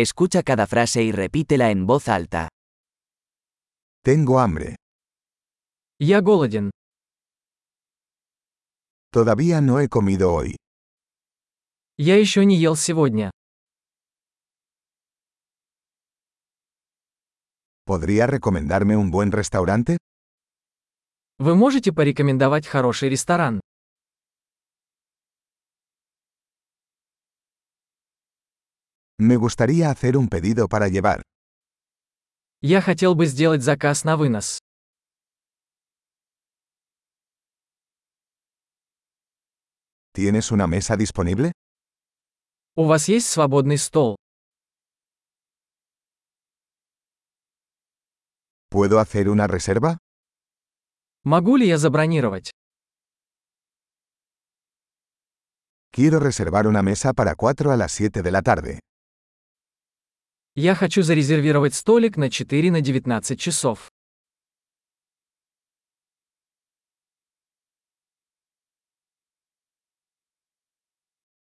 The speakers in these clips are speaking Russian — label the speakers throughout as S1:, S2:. S1: Escucha cada frase y repítela en voz alta.
S2: Tengo hambre.
S3: Я голоден.
S2: Todavía no he comido hoy.
S3: Я еще не ел сегодня.
S2: ¿Podría recomendarme un buen restaurante?
S3: Вы можете порекомендовать хороший ресторан?
S2: Me gustaría hacer un pedido para llevar.
S3: Я хотел бы сделать заказ на вынос.
S2: ¿Tienes una mesa disponible?
S3: У вас есть свободный стол?
S2: ¿Puedo hacer una reserva?
S3: Могу ли я забронировать?
S2: Quiero reservar una mesa para 4 a las 7 de la tarde.
S3: Я хочу зарезервировать столик на 4 на 19 часов.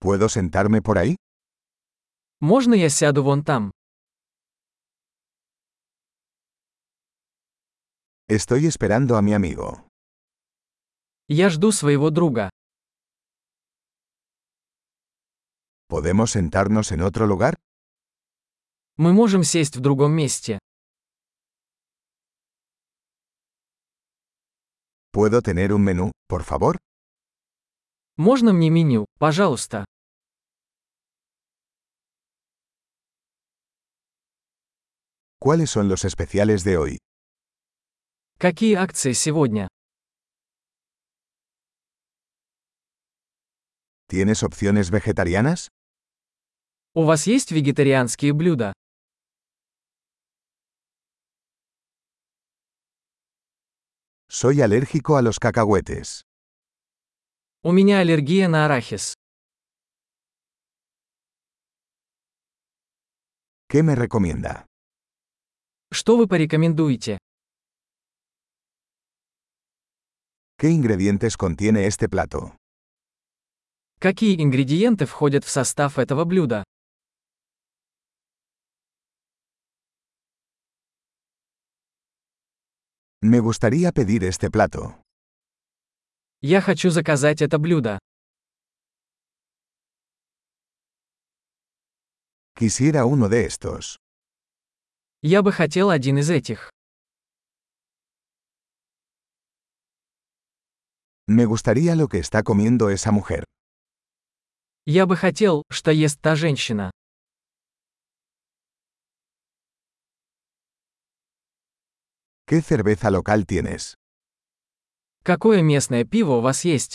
S2: ¿Puedo sentarme por ahí?
S3: Можно я сяду вон там?
S2: Estoy esperando a mi amigo.
S3: Я жду своего друга.
S2: ¿Podemos sentarnos en otro lugar?
S3: Мы можем сесть в другом месте.
S2: ¿Puedo tener un menú, por favor?
S3: Можно мне меню, пожалуйста?
S2: ¿Cuáles son los especiales de hoy?
S3: Какие акции сегодня?
S2: ¿Tienes opciones vegetarianas?
S3: У вас есть вегетарианские блюда?
S2: Soy alérgico a los cacahuetes.
S3: У меня аллергия на арахис.
S2: ¿Qué me recomienda?
S3: Что вы порекомендуете?
S2: ¿Qué ingredientes contiene este plato?
S3: Какие ингредиенты входят в состав этого блюда?
S2: Me gustaría pedir este plato.
S3: Я хочу заказать это блюдо.
S2: Quisiera uno de estos.
S3: Я бы хотел один из этих.
S2: Me gustaría lo que está comiendo esa mujer.
S3: Я бы хотел, что ест та женщина.
S2: ¿Qué cerveza local tienes?
S3: Какое местное пиво у вас есть?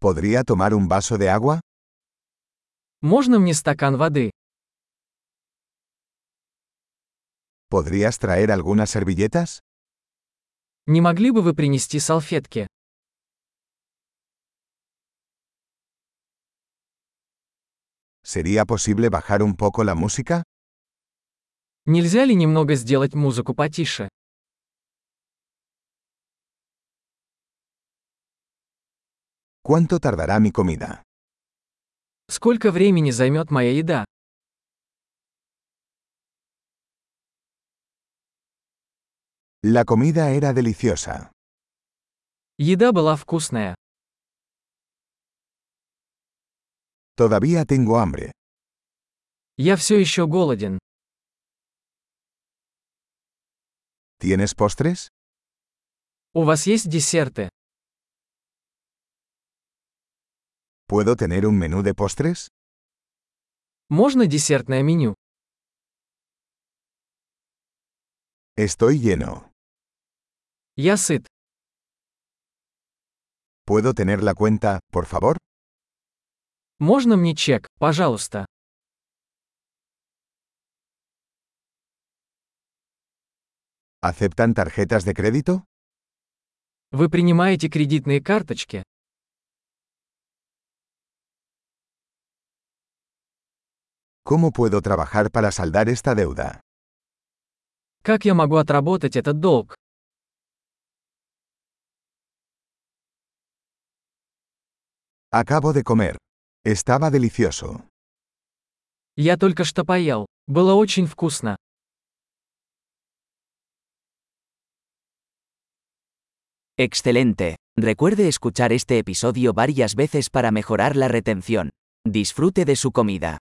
S2: ¿Podría tomar un vaso de agua?
S3: Можно мне стакан воды?
S2: ¿Podrías traer algunas servilletas?
S3: Не могли бы вы принести салфетки?
S2: ¿Sería posible bajar un poco la música?
S3: Нельзя ли немного сделать музыку потише?
S2: ¿Cuánto tardará mi comida?
S3: Сколько времени займет моя еда?
S2: La comida era deliciosa.
S3: Еда была вкусная.
S2: Todavía tengo hambre.
S3: Я все еще голоден.
S2: ¿Tienes postres?
S3: У вас есть десерты?
S2: ¿Puedo tener un menú de postres?
S3: Можно десертное меню?
S2: Estoy lleno.
S3: Я сыт.
S2: ¿Puedo tener la cuenta, por favor?
S3: Можно мне чек, пожалуйста?
S2: ¿Aceptan tarjetas de crédito?
S3: Вы принимаете кредитные карточки?
S2: ¿Cómo puedo trabajar para saldar esta deuda?
S3: Как я могу отработать этот долг?
S2: Acabo de comer. Estaba delicioso.
S3: Я только что поел. Было очень вкусно.
S1: Excelente. Recuerde escuchar este episodio varias veces para mejorar la retención. Disfrute de su comida.